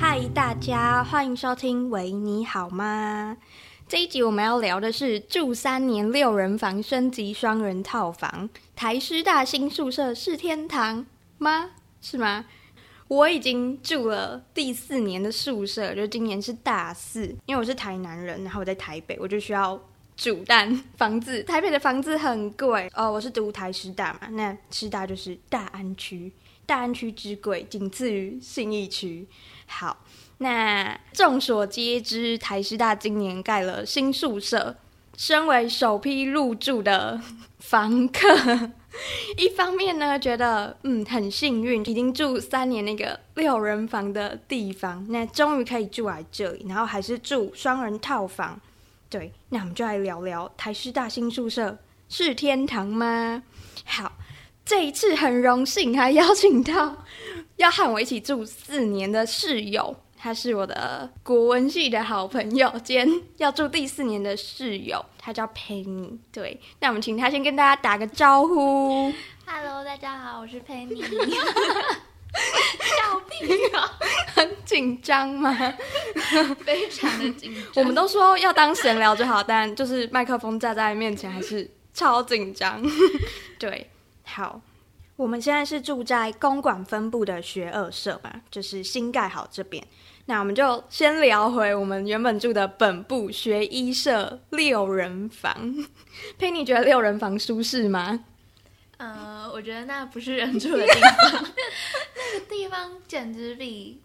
嗨，大家欢迎收听《维你好吗》。这一集我们要聊的是住三年六人房升级双人套房，台师大新宿舍是天堂吗？是吗？我已经住了第四年的宿舍，就今年是大四，因为我是台南人，然后我在台北，我就需要住，但房子台北的房子很贵哦。我是读台师大嘛，那师大就是大安区，大安区之贵，仅次于信义区。好，那众所皆知，台师大今年盖了新宿舍。身为首批入住的房客， 一方面呢，觉得嗯很幸运，已经住三年那个六人房的地方，那终于可以住来这里，然后还是住双人套房。对，那我们就来聊聊台师大新宿舍是天堂吗？好，这一次很荣幸还邀请到要和我一起住四年的室友，他是我的国文系的好朋友兼要住第四年的室友，他叫 Penny。对，那我们请他先跟大家打个招呼。 Hello，大家好，我是 Penny。笑屁啊，很紧张吗？非常的紧 我张。们都说要当闲聊就好，但就是麦克风架在面前还是超紧张。 对，好，我们现在是住在公馆分部的学二社嘛，就是新盖好这边。那我们就先聊回我们原本住的本部学一社六人房。 佩妮觉得六人房舒适吗？ 呃，我觉得那不是人住的地方，那个地方简直比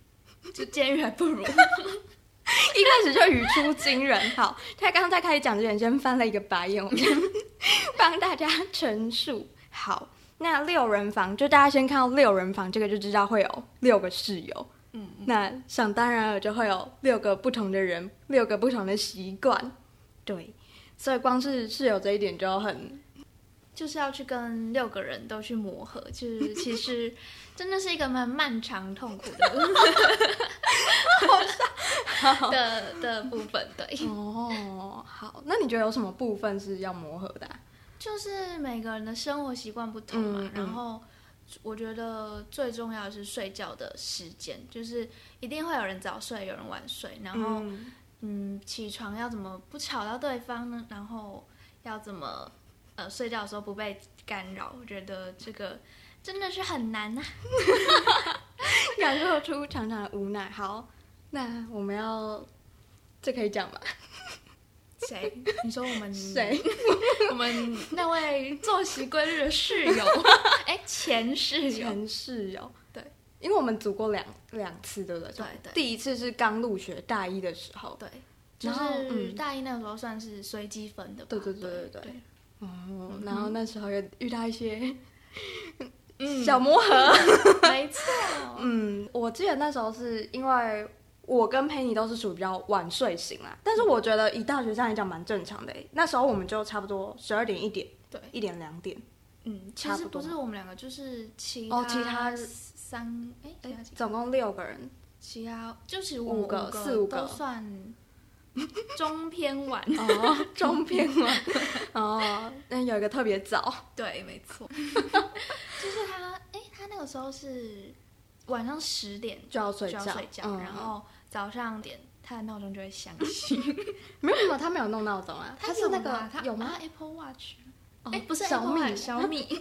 就监狱还不 如。一开始就语出惊人。好，他刚刚在开始讲之前先翻了一个白眼，我先帮大家陈述。好，那六人房就大家先看到六人房这个就知道会有六个室友。嗯，那想当然了就会有六个不同的人，六个不同的习惯。对，所以光是室友这一点就很就是要去跟六个人都去磨合，就是其实真的是一个蛮漫长痛苦的 的的部分，对，哦，好。那你觉得有什么部分是要磨合的啊、就是每个人的生活习惯不同嘛，嗯嗯然后我觉得最重要的是睡觉的时间，就是一定会有人早睡，有人晚睡，然后嗯嗯，起床要怎么不吵到对方呢？然后要怎么呃睡觉的时候不被干扰？我觉得这个真的是很难呐、 啊 感受出长长的无奈。好，那我们要这可以讲吗？谁？你说我们？谁？我们那位作息规律的 室友？哎，前 室友。嗯前室友，对，因为我们组过两两次，对不对？对对第一次是刚入学大一的时候，对，就然后是嗯大一那时候算是随机分的吧。对对对对对对对。哦，然后那时候也遇到一些嗯 小磨合。没错。嗯，我记得那时候是因为我跟佩妮都是属于比较晚睡型啦，但是嗯我觉得以大学生来讲蛮正常的欸。那时候我们就差不多十二点一点，对一点两点，嗯，其差实不多不是我们两个，就是其哦其他三哎，其哎他几个总共六个人，其他就是五我们个五四五个都算 中偏晚。哦， 中篇 完，哦，那有一个特别早，对，没 错，就是他，哎，他那个时候是晚上十点就要就睡要觉，睡觉，嗯然后早上点他的闹钟就会响起。没有没有，他没有弄闹钟啊，是有那吗个他有吗啊？？Apple Watch。哦哎，不是小 Apple 米 Watch，小 米，记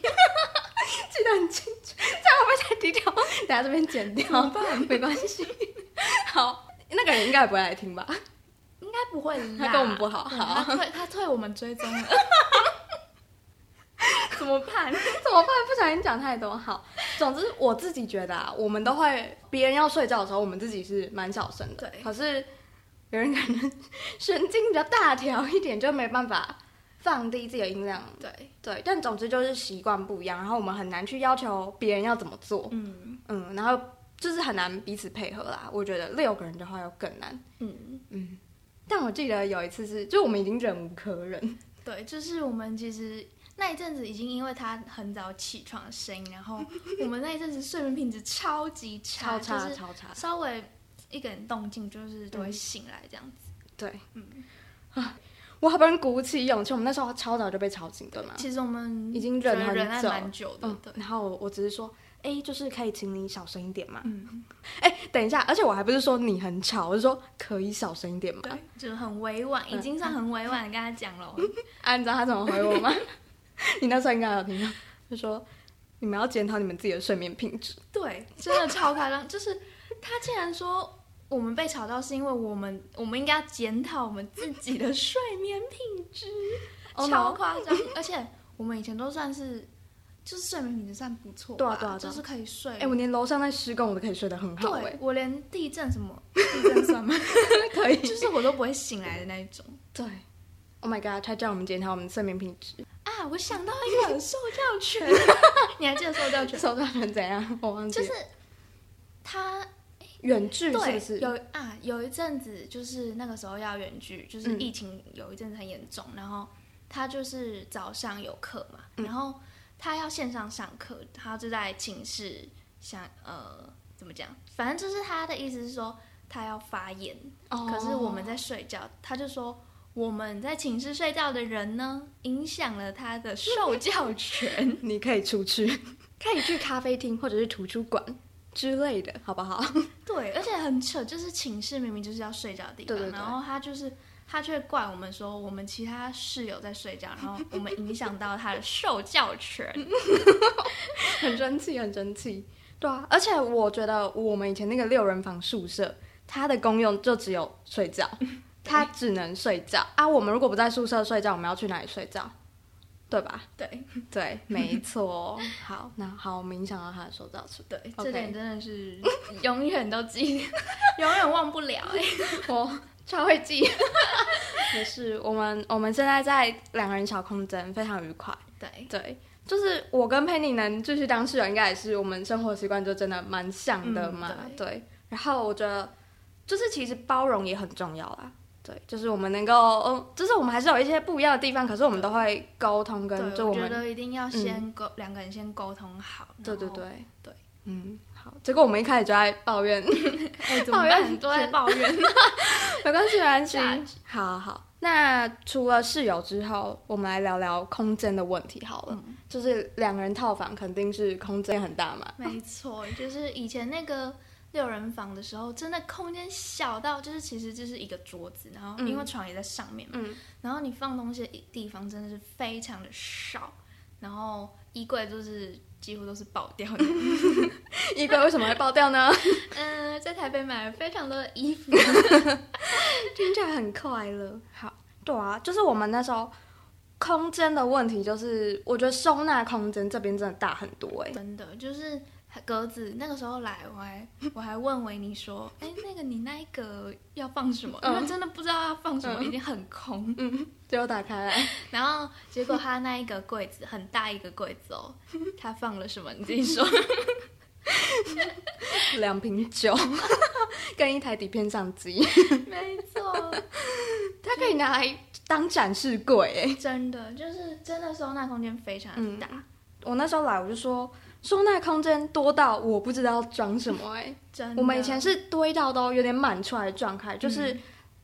得很清楚，这样会不会太低调？ 等下这边剪掉，没关 系。好，那个人应该也不会来听吧？应该不会啦。他跟我们不好对好他退他退我们追踪了，怎么办？ 怎么办？不小心讲太多。好，总之我自己觉得啊，我们都会，别人要睡觉的时候，我们自己是蛮小声的。对可是有人可能神经比较大条一点，就没办法放低自己的音量。对，对，但总之就是习惯不一样，然后我们很难去要求别人要怎么做。嗯嗯，然后就是很难彼此配合啦。我觉得六个人的话又更难。嗯。嗯，但我记得有一次是，就我们已经忍无可忍。对，就是我们其实那一阵子已经因为他很早起 床的声音，然后我们那一阵子睡眠品质超级差，超差就是超差，稍微一点动静，就是都会醒来这样子。对，嗯，我好不容易鼓起勇气，我们那时候超早就被吵醒的嘛，其实我们嗯已经觉忍得很忍耐久蛮久的，嗯对，，然后我我只是说，哎，就是可以请你小声一点嘛。嗯，哎，等一下，而且我还不是说你很吵，我是说可以小声一点嘛。对，就是很委婉，嗯已经算很委婉的跟他讲了。啊，你知道他怎么回我 吗？你那时候应该有听到，他说你们要检讨你们自己的睡眠品质。对，真的超夸张， 就是他竟然说。我们被吵到是因为我们，我们应该要检讨我们自己的睡眠 品质， Oh no 超夸张。 而且我们以前都算是，就是睡眠品质算不错吧，对啊对啊对啊就是可以睡。哎、我连楼上那施工我都可以睡得很好、对，我欸连地震什么 地震算吗？哎，可以。就是我都不会醒来的那一种对，Oh my god，他叫我们检讨我们的睡眠品质。 啊！我想到一 个受教犬，你还记得受教犬？手段成怎样？我忘记 就了。是他远距是对不是？有啊，有一阵子就是那个时候要远距，就是嗯疫情有一阵子很严重，然后他就是早上有课嘛，嗯然后他要线上上课，他就在寝室想呃怎么讲，反正就是他的意思是说他要发言，哦。可是我们在睡觉，他就说我们在寝室睡觉的人呢，影响了他的受教权 你可以出去，可以去咖啡厅或者是图书馆之类的，好不好？对，而且很扯，就是寝室明明就是要睡觉的地方，对对对然后他就是他却怪我们说我们其他室友在睡觉，然后我们影响到他的受教权。 嗯很生气，很生气。对啊，而且我觉得我们以前那个六人房宿舍，它的功用就只有睡 觉，它只能睡觉啊。我们如果不在宿舍睡觉，我们要去哪里睡觉？对吧？对对，没错。好，那好，我们影响到他的手教权。对 OK 这点真的是永远都记， 永远忘不了、哎， 我超会记，也是我们我们现在在两个人小空间，非常愉快。对，对，就是我跟佩妮能继续当室友，应该也是我们生活习惯就真的蛮像的嘛。嗯对然后我觉得就是其实包容也很重要啦。对，就是我们能够，嗯，就是我们还是有一些不一样的地方，可是我们都会沟通跟对，就我觉们，嗯得一定要先沟、两个人先沟通好。对对然后对对，嗯，好。结果我们一开始就在抱怨， 哎，怎 么抱怨办？都在 抱怨。没关系，没关系 Judge。好好好，那除了室友之后，我们来聊聊空间的问题好了。嗯就是两个人套房肯定是空间很大嘛，没错，就是以前那个六人房的时候，真的空间小到就是其实就是一个桌子，然后嗯因为床也在上面嘛，嗯然后你放东西的地方真的是非常的少，然后衣柜就是几乎都是爆掉的。 衣柜为什么会爆掉呢？嗯、在台北买了非常多的衣服， 听起来很快乐。好，对啊，就是我们那时候空间的问题，就是我觉得收纳空间这边真的大很多哎、真的就是。格子那个时候来，我还我还问维尼说：“哎、那个你那一格要放什么？因为嗯真的不知道要放什么，嗯已经很空。”结果打开来，然后结果他那一个柜子很大一个柜子哦，他放了什么？你自 己说。两瓶 酒跟一台底片相机，没错，它可以拿来当展示柜哎、真的就是真的收纳空间非常嗯大。我那时候来我就说，收纳空间多到我不知道装什么哎、真的，嗯我们以前是堆到都有点满出来的状态，就是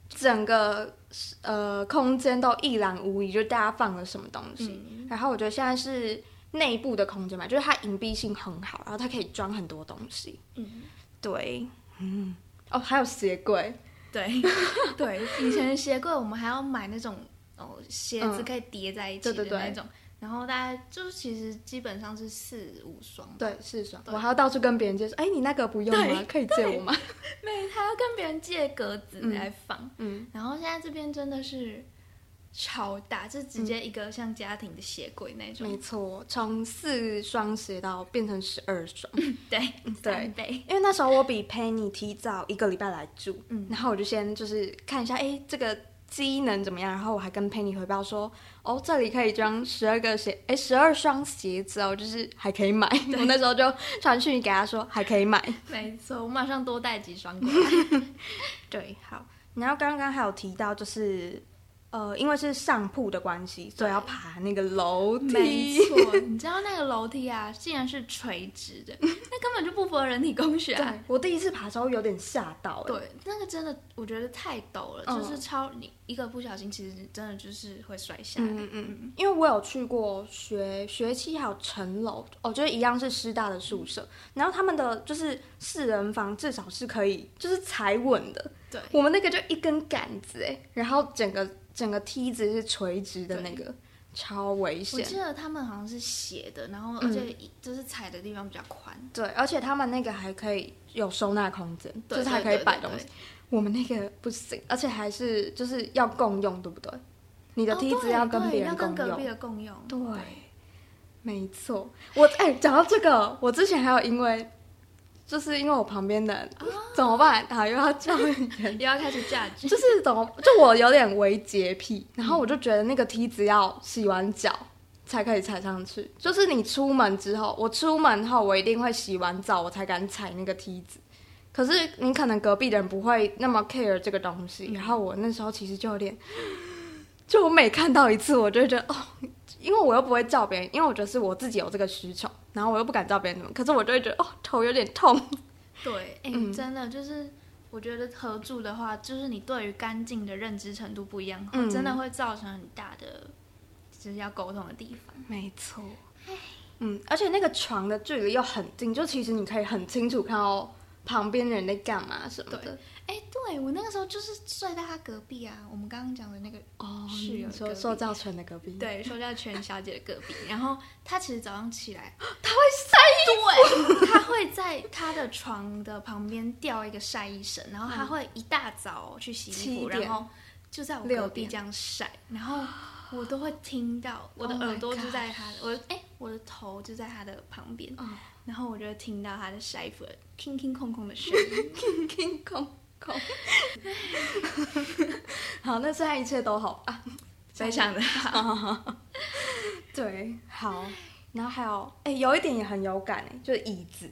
整个、呃空间都一览无遗，就大家放了什么东西。嗯，然后我觉得现在是内部的空间嘛，就是它隐蔽性很好，然后它可以装很多东西。嗯，对，嗯，哦，还有鞋柜，对 对，以前的鞋柜我们还要买那种哦鞋子嗯可以叠在一起的对对对那种，然后大概就是其实基本上是四五双。对，是爽。对我还要到处跟别人介绍，哎，你那个不用吗？可以借我吗？对，他要跟别人借格子嗯来放。嗯，然后现在这边真的是超大，就直接一个像家庭的鞋柜那嗯种。没错，从四双鞋到变成十二双，对，嗯对三倍， 因为那时候我比 Penny 提早一个礼拜来住，嗯然后我就先就是看一下，哎，这个。机能怎么样？然后我还跟 Penny 回报说，哦，这里可以装十二个鞋，哎，十二双鞋子哦，就是还可以买。 我那时候就传讯给他说还可以买，没错，我马 上多带几双过来。对，好。然后刚刚还有提到，就是呃，因为是上铺的关系，所以对要爬那个楼没梯。错，你知道那个楼梯啊，竟然是垂直 的，那根本就不符合人体工学啊。对，我第一次爬的时候有点吓到、欸，对，那个真的我觉得太陡了，嗯就是超你一个不小心，其实真的就是会摔下来。嗯嗯嗯，因为我有去过学学期还有城楼，哦，就是一样是师大的宿嗯舍，然后他们的就是四人房至少是可以就是踩稳的，对我们那个就一根杆子哎，然后整个整个梯子是垂直的那个，超危我险。嗯记得他们好像是斜的，然后而且就是踩的地方比较宽，对，而且他们那个还可以有收纳空间，对就是还对可以对摆对东西。我们那个不行，而且还是就是要共用，对不对？你的哦梯子对跟对别要人跟共隔用壁。的共用。对，没错。我哎、讲到这个，我之前还有因为，就是因为我旁边的人、怎么办？啊，又要教育人，又要开始价 值，就是怎么？就我有点微洁癖，然后我就觉得那个梯子要洗完脚才可以踩上去。就是你出门之后，我出门后我一定会洗完澡，我才敢踩那个梯子。可是你可能隔壁的人不会那么 care 这个东西，嗯然后我那时候其实就有点， 就我每看到一次，我就会觉得哦，因为我又不会叫别人，因为我觉得是我自己有这个需求，然后我又不敢叫别人怎么，可是我就会觉得哦，头有点痛。对，哎、嗯真的就是，我觉得合住的话，就是你对于干净的认知程度不一样，嗯真的会造成很大的，就是要沟通的地方。没错。嗯，而且那个床的距离又很近，就其实你可以很清楚看到旁边人在干嘛什么的。哎、对我那个时候就是睡在他隔壁啊，我们刚刚讲的那个，哦是有你说隔壁受教权的隔壁。，对，说叫全小姐的隔壁。然后她其实早上起 来，他会晒。对，她会在她的床的旁边吊一个晒衣绳，然后她会一大早去洗衣服，嗯七点然后就在我六隔壁点这样晒，然后我都会听 到，我的 Oh my 耳朵就在她的，我的哎、我的头就在她的旁边，哦，然后我就会听到她的晒衣服的空空空空的声音。天空空。好，那现在一切都好 啊。非常的好，对，好。然后还有，哎、有一点也很有感哎、就是椅子。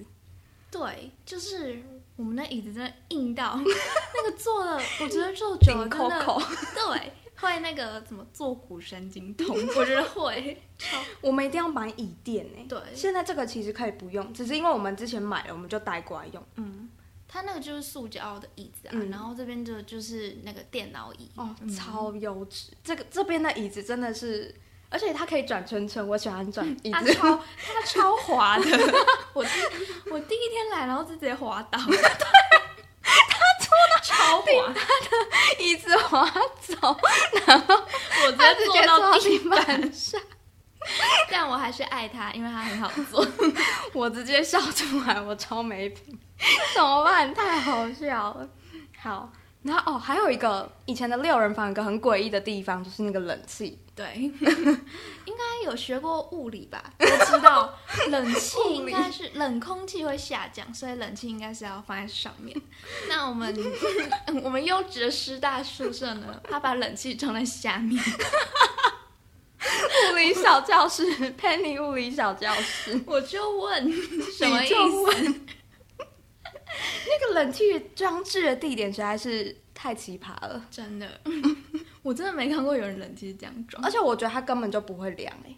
对，就是我们那椅子真的硬到 那个坐了，我觉得坐久了顶真的 Coco 对，会那个怎么坐骨神经痛，我觉得会。我们一定要买椅垫哎、对现在这个其实可以不用，只是因为我们之前买了，我们就带过来用。嗯，它那个就是塑胶的椅子啊，嗯然后这边就就是那个电脑椅。哦，嗯超优质！这个这边的椅子真的是，而且它可以转圈圈，我喜欢转椅它子。超它超滑的，我第我第一天来，然后就直接滑倒， 对，它超滑， 椅子滑走，我 直它接直坐接坐到到地地板上，但我还是爱它，因为它很好 坐。 我直接笑出来，我超没品，怎么办？太好笑了。好，然后哦，还有一个以前的六人房有一个很诡异的地方，就是那个冷气， 对，应该有学过物理吧？都知道冷 气物理应该是冷空气会下降，所以冷气应该是要放在上 面。那我们嗯我们优质的师大宿舍呢，他把冷气装在下 面，物理小教室，Penny 物理小教室，我就问什么意你就思？问那个冷气装置的地点实在是太奇葩了。真的， 我真的没看过有人冷气是这样装而。且我觉得它根本就不会凉哎、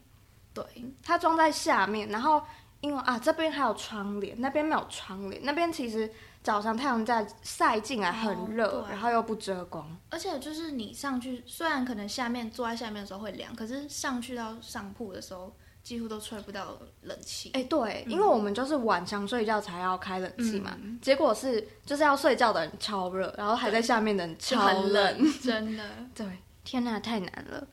对，它装在下面，然后因为啊这边还有窗帘，那边没有窗帘，那边其实早上太阳在晒进来很热，哦对然后又不遮光，而且就是你上去，虽然可能下面坐在下面的时候会凉，可是上去到上铺的时候，几乎都吹不到冷气。哎、对，因为我们就是晚上睡觉才要开冷气嘛，嗯结果是就是要睡觉的人超热，然后还在下面的人就超很冷， 真的。对，天呐，太难了。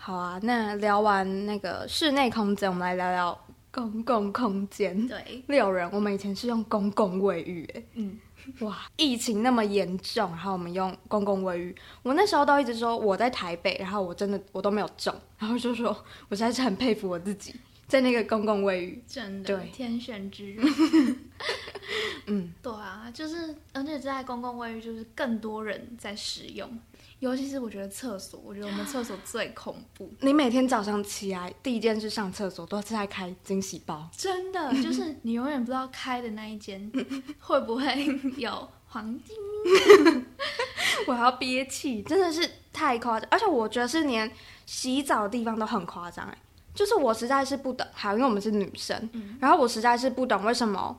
好啊，那聊完那个室内空间，我们来聊聊公共空间。对，六人，我们以前是用公共卫浴、哎。嗯，哇，疫情那么严重，然后我们用公共卫浴，我那时候都一直说我在台北，然后我真的我都没有中，然后就说我实在是很佩服我自己，在那个公共卫浴，真的，对天选之人。嗯，对啊，就是，而且在公共卫浴，就是更多人在使用，尤其是我觉得厕所，我觉得我们厕所最恐怖，你每天早上起来第一件事上厕所都是在开惊喜包， 真的， 就是你永远不知道开的那一间会不会有黄金。我要憋气，真的是太夸张，而且我觉得是连洗澡的地方都很夸张、欸，就是我实在是不懂，好，因为我们是女生，嗯然后我实在是不懂为什么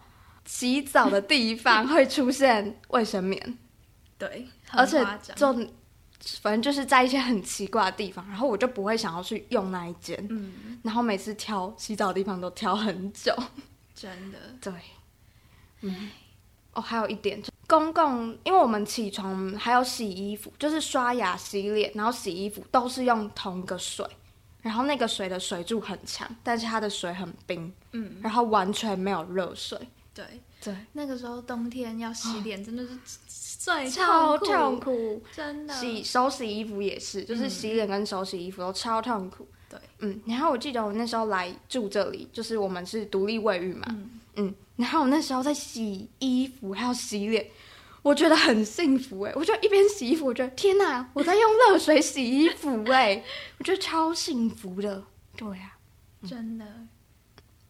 洗澡的地方会出现卫生棉， 对，很而且夸张就反正就是在一些很奇怪的地方，然后我就不会想要去用那一间，嗯，然后每次挑洗澡的地方都挑很久。真的，对，嗯， 哦，还有一点，就公共，因为我们起床还有洗衣服，就是刷牙、洗脸，然后洗衣服都是用同一个水，然后那个水的水柱很强，但是它的水很冰，嗯，然后完全没有热水。对，对，那个时候冬天要洗脸真的是最超苦痛苦，真的洗手洗衣服也是，就是嗯洗脸跟手洗衣服都超痛苦。对，嗯，然后我记得我那时候来住这里，就是我们是独立卫浴嘛，嗯，嗯，然后我那时候在洗衣服还有洗脸，我觉得很幸福哎、我就一边洗衣服，我觉得天哪，我在用热水洗衣服哎、 我觉得超幸福的。对啊，真的，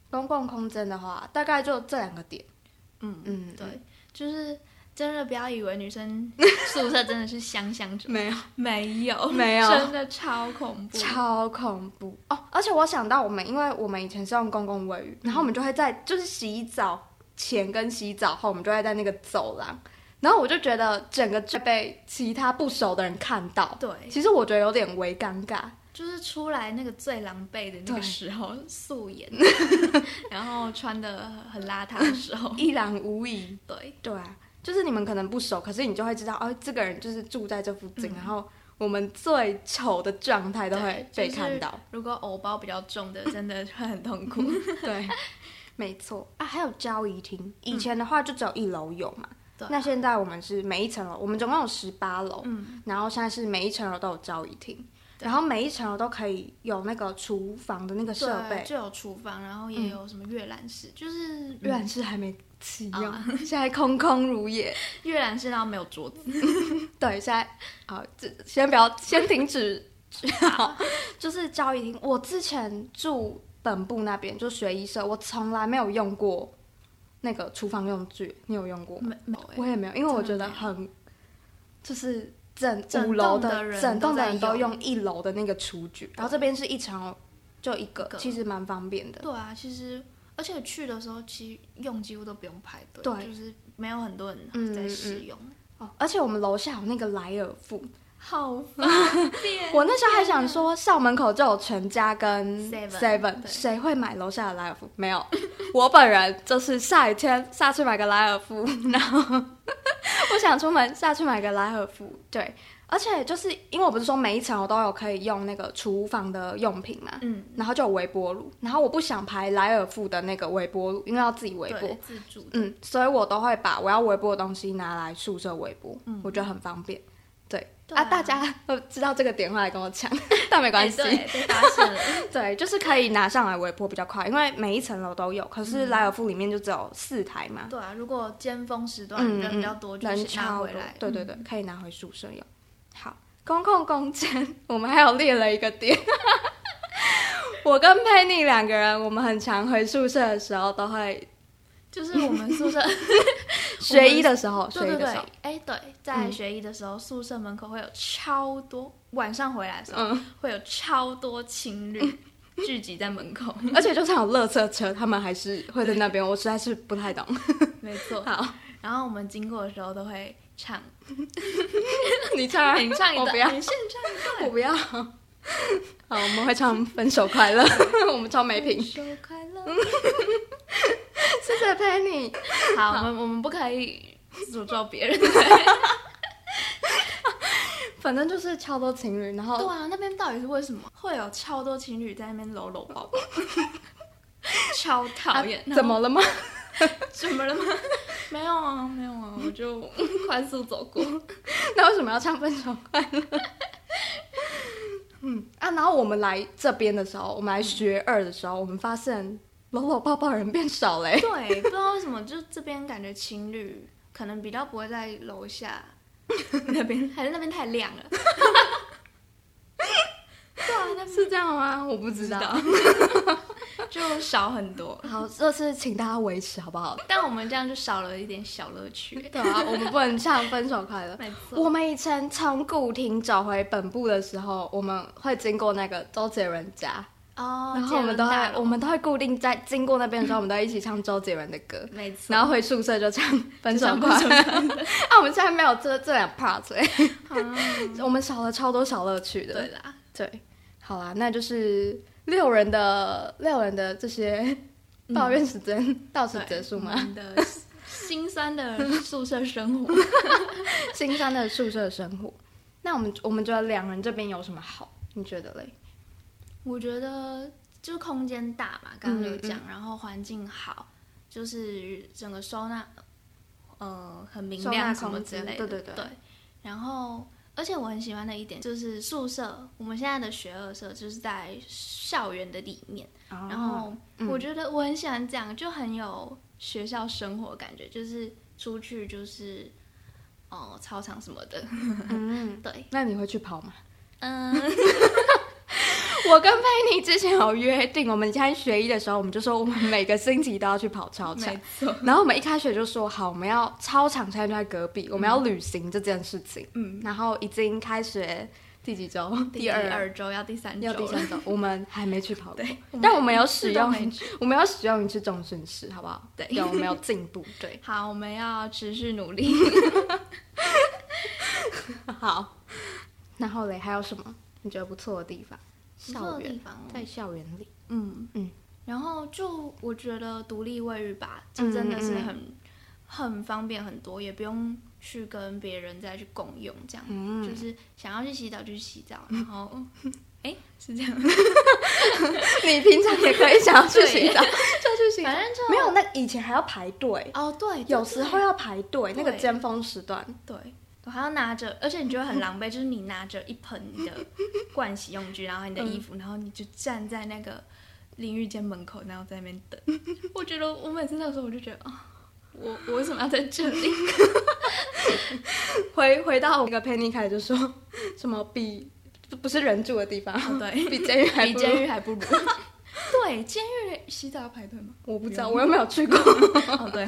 公共空间的话，大概就这两个点。嗯，嗯，对，就是真的不要以为女生宿舍真的是香香嗯，种，没有，没 有， 没有真的超恐怖，超恐怖哦！而且我想到我们，因为我们以前是用公共卫浴，然后我们就会在就是洗澡前跟洗澡后，我们就会在那个走廊，然后我就觉得整个就被其他不熟的人看到，对，其实我觉得有点微尴尬，就是出来那个最狼狈的那对，个时候，素颜，然后穿的很邋遢的时候一览无遗。对，哦对啊，就是你们可能不熟，可是你就会知道，哦，这个人就是住在这附近，嗯然后我们最丑的状态都会对被就是看到。如果偶包比较重的，真的会很痛苦。 对， 没错嗯啊，还有交易厅，以前的话就只有一楼有嘛。对那现在我们是每一层楼，我们总共有十八楼，嗯，然后现在是每一层楼都有交易厅，对然后每一层楼都可以有那个厨房的那个设备对，。就有厨房，然后嗯也有什么阅览室，就是阅览室还没启用，啊现在空空如也。阅览室，然后没有桌子，对，现在好，这先不要，先停止。 好，就是交易厅。我之前住本部那边，就学医社，我从来没有用过那个厨房用具。你有用过吗？没没有、我欸，也没有，因为我觉真的得没有很，就是整整五楼栋的人整都栋的在人都用用一楼的那个厨具，然后这边是一层就一个一，个其实蛮方便的。对啊，其实而且去的时候，其实用几乎都不用排队，对就是没有很多嗯人在使用，哦，而且我们楼下有那个莱尔富，好 方便。我那时候还想说，校门口就有全家跟 Seven， Seven，对谁会买楼下的莱尔富？没有， 我本人就是下雨天下去买个莱尔富， 然后我想出门下去买个莱尔富。对，而且就是因为我不是说每一层我都有可以用那个厨房的用品嘛，嗯，然后就有微波炉，然后我不想排莱尔富的那个微波炉，因为要自己微波对，。自助的，嗯，所以我都会把我要微波的东西拿来宿舍微波，嗯我觉得很方便。对对啊大家都知道这个点话来跟我 抢，但没关系、哎对被发现 了。对，就是可以拿上来微波比较快，因为每一层楼都有，可嗯是莱尔富里面就只有四台嘛，对啊，如果尖峰时段嗯人比较多，就人是拿超回多来。嗯对对对，可以拿回宿舍用。好，公共空间，我们还有列了一个点。 我跟佩妮两个人，我们很常回宿舍的时候都会，就是我们 宿舍，学医的时候，对学医的对对时候，，哎对，在嗯学医的时候，宿舍门口会有超多，晚上回来的时候嗯，会有超多情侣聚集在门口， 而且就算有垃圾车，他们还是会在那边，我实在是不太懂。没错。好，然后我们经过的时候都会唱，你唱啊， 你唱一我段，不要，你先唱一段。我不要。好，我们会唱《分手快乐》， 我们超没品。手快乐。谢谢 Penny。好，我们我们不可以诅咒别 人。反正就是超多情侣，然对后啊，那边到底是为什么会有超多情侣在那边搂搂抱 抱？超讨厌、啊怎么了吗？怎么了吗？没有啊，没有啊，我就快速走过。 那为什么要唱《分手快乐》？ 嗯啊，然后我们来这边的时候，我们来学二的时候，我们发现搂搂抱抱的人变少欸 嘞、对，不知道为什么，就这边感觉情侣可能比较不会在楼 下那边，还是那边太亮 了。对啊，那边啊是这样吗？我不知道。不知道就少很多。 好，这次请大家维持好不 好？但我们这样就少了一点小乐趣。对 啊，我们不能唱《分手快乐》。没错，我们以前从古亭走回本部的时候，我们会经过那个周杰伦家，哦，然后我们都杰会伦大，楼我们都会固定在经过那边的时候，我们都会一起唱周杰伦的 歌，没错，然后回宿 舍就唱《分手快就乐》。 啊，我们现在没有这这两 part，所以 嗯我们少了超多小乐趣的。 对啦，对，好啦，那就是六人的六人的这些抱怨时间、 到此嗯对结束我吗？们的心酸的宿舍生活，新山的宿舍生活，那我们我们觉得两人这边有什么好？你觉得嘞？我觉得就是空间大嘛，刚刚有嗯讲，然后环境好，就是整个收纳，呃，很明收纳亮什么空之间类的，对对对然后，而且我很喜欢的一点就是宿舍，我们现在的学二舍就是在校园的里面，然后嗯我觉得我很喜欢这样，就很有学校生活感觉，就是出去就是。哦，操场什么的，嗯，对，那你会去跑吗？ 嗯，我跟佩妮之前有约定，我们现在学医的时候，我们就说我们每个星期都要去跑操场没。错，然后我们一开学就说好，我们要操场现在就在隔壁，我们要旅行这件事情。嗯，然后已经开学 第几周？第二二周要第三周要了，第三 周，我们还没去跑过对，但我们有一次使都用没去，我们要使用一次重训师，好不好？对有我们有进步，对，好，我们要持续努力。 好。然后嘞，还有什么你觉得不错的地方？校校园园地方哦，在校园里，嗯嗯嗯，然后就我觉得独立卫浴吧，嗯这真的是嗯嗯很、很方便很多，也不用去跟别人再去共用这样。嗯，就是想要去洗澡就去洗澡，然后， 哎、是这样， 你平常也可以想要去洗澡，就去洗澡反。正 就没有，那以前还要排队，哦，对，对有时候要排队，那对个尖峰时段。对，我还要拿着，而且你就会很狼狈，就是你拿着一盆你 的盥洗用具，然后你的衣服，嗯然后你就站在那个淋浴间门口，然后在那边等。 我觉得我每次那个时候我就觉得啊、我我为什么要在这里？ 回回到那个 Penny 开始就说 什么比不不是人住的地方， 哦对，比监狱还比不监如。狱还不如。对，监狱洗澡要排队吗？ 我不知道，我又没有去过。哦对，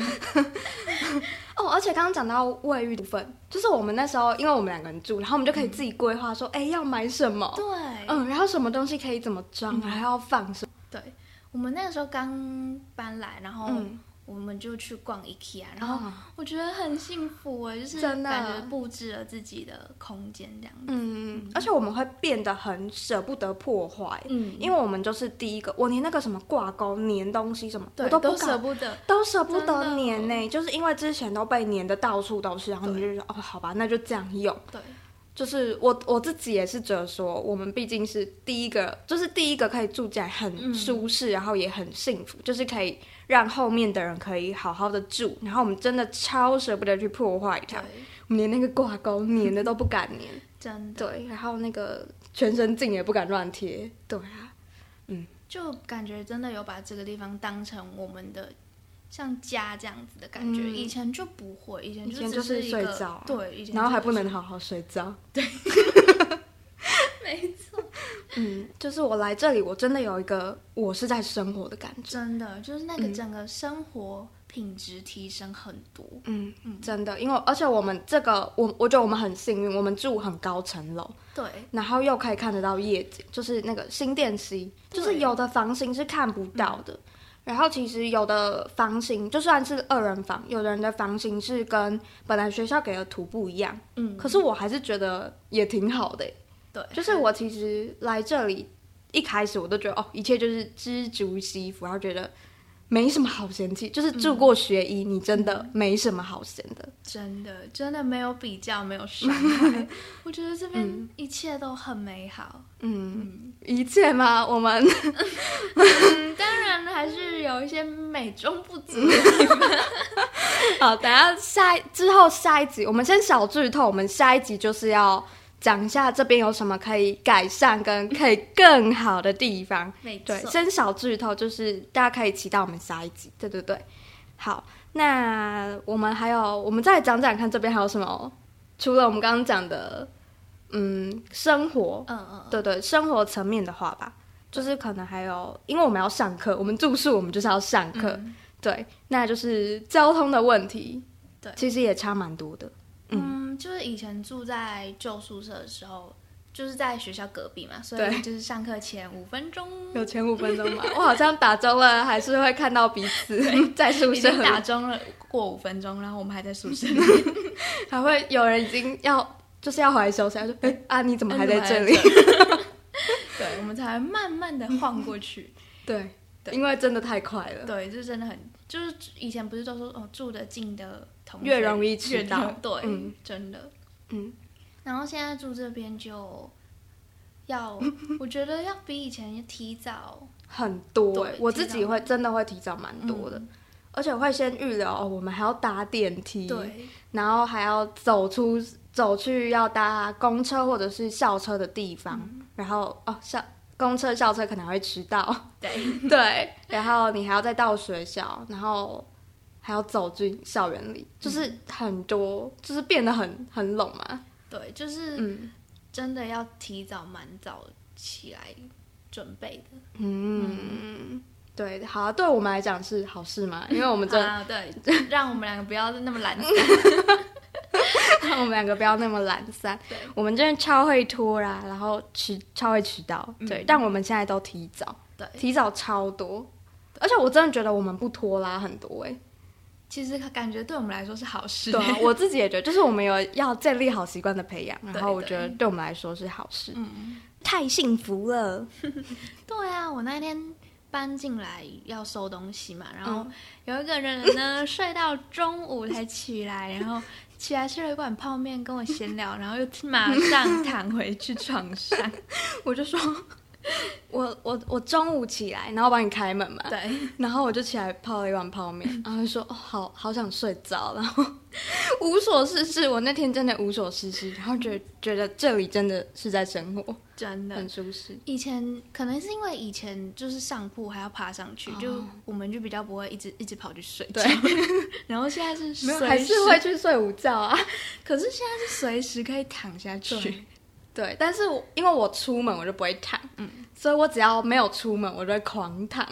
哦，而且刚刚讲到卫浴部分，就是我们那时候因为我们两个人住，然后我们就可以自己规划说，哎、要买什么，对，嗯，然后什么东西可以怎么装，嗯然后要放什么，对，我们那个时候刚搬来，然后嗯我们就去逛 IKEA，然然后后我觉得很幸福哎，就是真的感觉布置了自己的空间这样子。嗯，而且我们会变得很舍不得破坏，嗯因为我们就是第一个，我连那个什么挂钩、粘东西什么，对我都不都舍敢。不得。都舍不得真的粘呢、就是因为之前都被粘的到处都是，然后你就对觉得哦，好吧，那就这样用。对，就是我我自己也是觉得说，我们毕竟是第一个，就是第一个可以住起来很嗯舒适，然后也很幸福，就是可以让后面的人可以好好的住。然后我们真的超舍不得去破坏它，对我，们连那个挂钩粘的都不敢粘。真的 对，然后那个全身镜也不敢乱贴。对啊，就感觉真的有把这个地方当成我们的像家这样子的感觉。嗯以前就不会，以前以前就就是只一个睡着对，以前然后还就不是能好好睡觉。 没错，嗯，就是我来这里，我真的有一个我是在生活的感觉。真的就是那个嗯整个生活品质提升很多。嗯，嗯真的，因为而且我们这个，我我觉得我们很幸运，我们住很高层楼，对，然后又可以看得到夜景，就是那个新店溪，对就是有的房型是看不到的。然后其实有的房型就算是二人房，有的人的房型是跟本来学校给的图不一样，嗯，可是我还是觉得也挺好的欸。对，就是我其实来这里一开始我都觉得哦，一切就是知足惜福，然后觉得没什么好嫌弃，就是住过学医，你真的没什么好嫌的。真的真的没有比较，没 有伤害。 我觉得这边嗯一切都很美 好。嗯，嗯，一切吗？我们嗯当然还是有一些美中不足的嗯地方。 好，等一下下一之后下一集，我们先小剧透，我们下一集就是要讲一下这边有什么可以改善跟可以更好的地方。没错对，，先小剧透，就是大家可以期待我们下一集。对对对，好，那我们还有，我们再讲讲看这边还有什么，除了我们刚刚讲的，嗯，生活，嗯嗯，对对，生活层面的话吧，就是可能还有，因为我们要上课，我们住宿我们就是要上课，嗯对，那就是交通的问题，对其实也差蛮多的，嗯，就是以前住在旧宿舍的时候，就是在学校隔壁嘛，所以对就是上课前五 分钟有前五分钟吧， 我好像打中了，还是会看到彼此 在宿已舍经打里，钟了，过五分钟，然后我们还在宿 舍里，还会有人已经要就是要回来休息， 他说：“哎、啊，你怎么还在这里哎？”怎么还在这对，我们才会慢慢的晃 过去。 对，对因为真的太快了。对，这真的很，就是以前不是都说哦，住得近的同学越容易迟到越容易对，嗯真的。嗯，然后现在住这边就要，我觉得要比以前 提早很多、欸对，我提自早己会真的会提早蛮多的，嗯而且会先预留哦，我们还要搭电梯，对，然后还要走出走去要搭公车或者是校车的地方，嗯然后哦校公车校车可能还会迟 到，对，对，然后你还要再到学校，然后还要走进校园里，就是很多，就是变得很很拢嘛，对，就是嗯真的要提早蛮早起来准备的。嗯，对，好、啊，对我们来讲是好事 嘛，因为我们真的啊，对，让我们两个不要那么懒散。让 我们两个不要那么懒散对。我们真的超会拖啦，然后迟超会迟到，嗯对。但我们现在都提早，对，提早超多。而且我真的觉得我们不拖拉很多哎、其实感觉对我们来说是好事。对啊、我自己也觉得，就是我们有要建立好习惯的 培养，然后对我觉得对对我们来说是好事，嗯，太幸福了。对啊，我那天搬进来要收东西嘛，然后嗯有一个人 呢睡到中午才起来，然后起来吃了一碗泡面跟我闲聊，然后又马上躺回去床上。 我就说，我我我中午起来，然后帮你开门嘛，对，嗯然后我就起来泡了一碗泡面，然后就说哦，好好想睡着，然后无所事事。我那天真的无所事事，然后觉嗯得觉得这里真的是在生活，真的很。舒适。以前可能是因为以前就是上铺还要爬上去，就哦我们就比较不会一直一直跑去睡觉。 然后现在是没有，随还是时会，去睡午觉啊。可是现在是随时可以躺下去对。对，但是我因为我出门我就不会躺，嗯所以我只要没有出门，我就会狂 躺。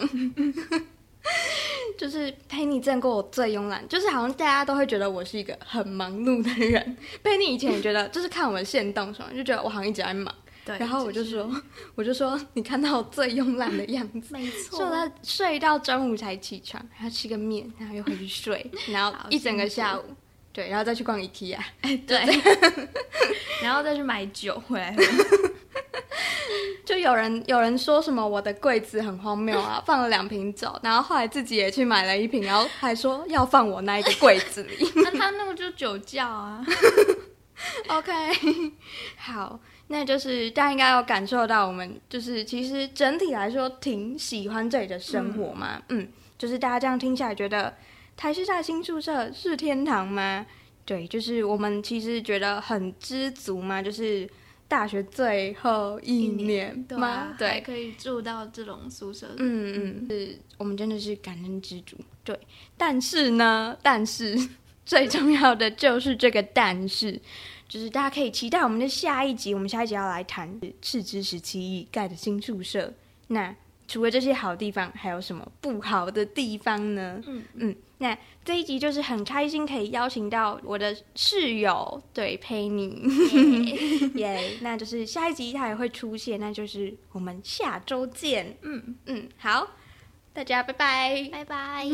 就是佩妮见过我最慵懒，就是好像大家都会觉得我是一个很忙碌的 人。佩妮以前也觉得，就是看我的线动什么，就觉得我好像一直在忙。对，然后我就说， 我就说，你看到我最慵懒的样子， 没睡 错，到睡到中午才起床，然后吃个面，然后又回去 睡，然后好一整个辛下苦午，对，然后再去逛 IKEA，哎，对，然后再去买酒回来喝。 就有人有人说什么我的柜子很荒谬 啊，放了两瓶酒，然后后来自己也去买了一瓶，然后还说要放我那一个柜子里。那他那个就酒窖啊， OK，好，那就是大家应该有感受到，我们就是其实整体来说挺喜欢这里的生活嘛，嗯就是大家这样听起来觉得台师大新宿舍是天堂吗？对，就是我们其实觉得很知足嘛，就是大学最后一年对嘛，啊，对还，可以住到这种宿舍，嗯嗯，是我们真的是感恩知足。对，但是呢， 但是最重要的就是这个但是，就是大家可以期待我们的下一集，我们下一集要来谈赤之十七亿盖的新宿舍。那除了这些好地方，还有什么不好的地方呢？嗯嗯，那这一集就是很开心可以邀请到我的室友，对，佩妮。嗯 耶那就是下一集它也会出现，那就是我们下周见。嗯，嗯，好，大家拜拜。拜拜。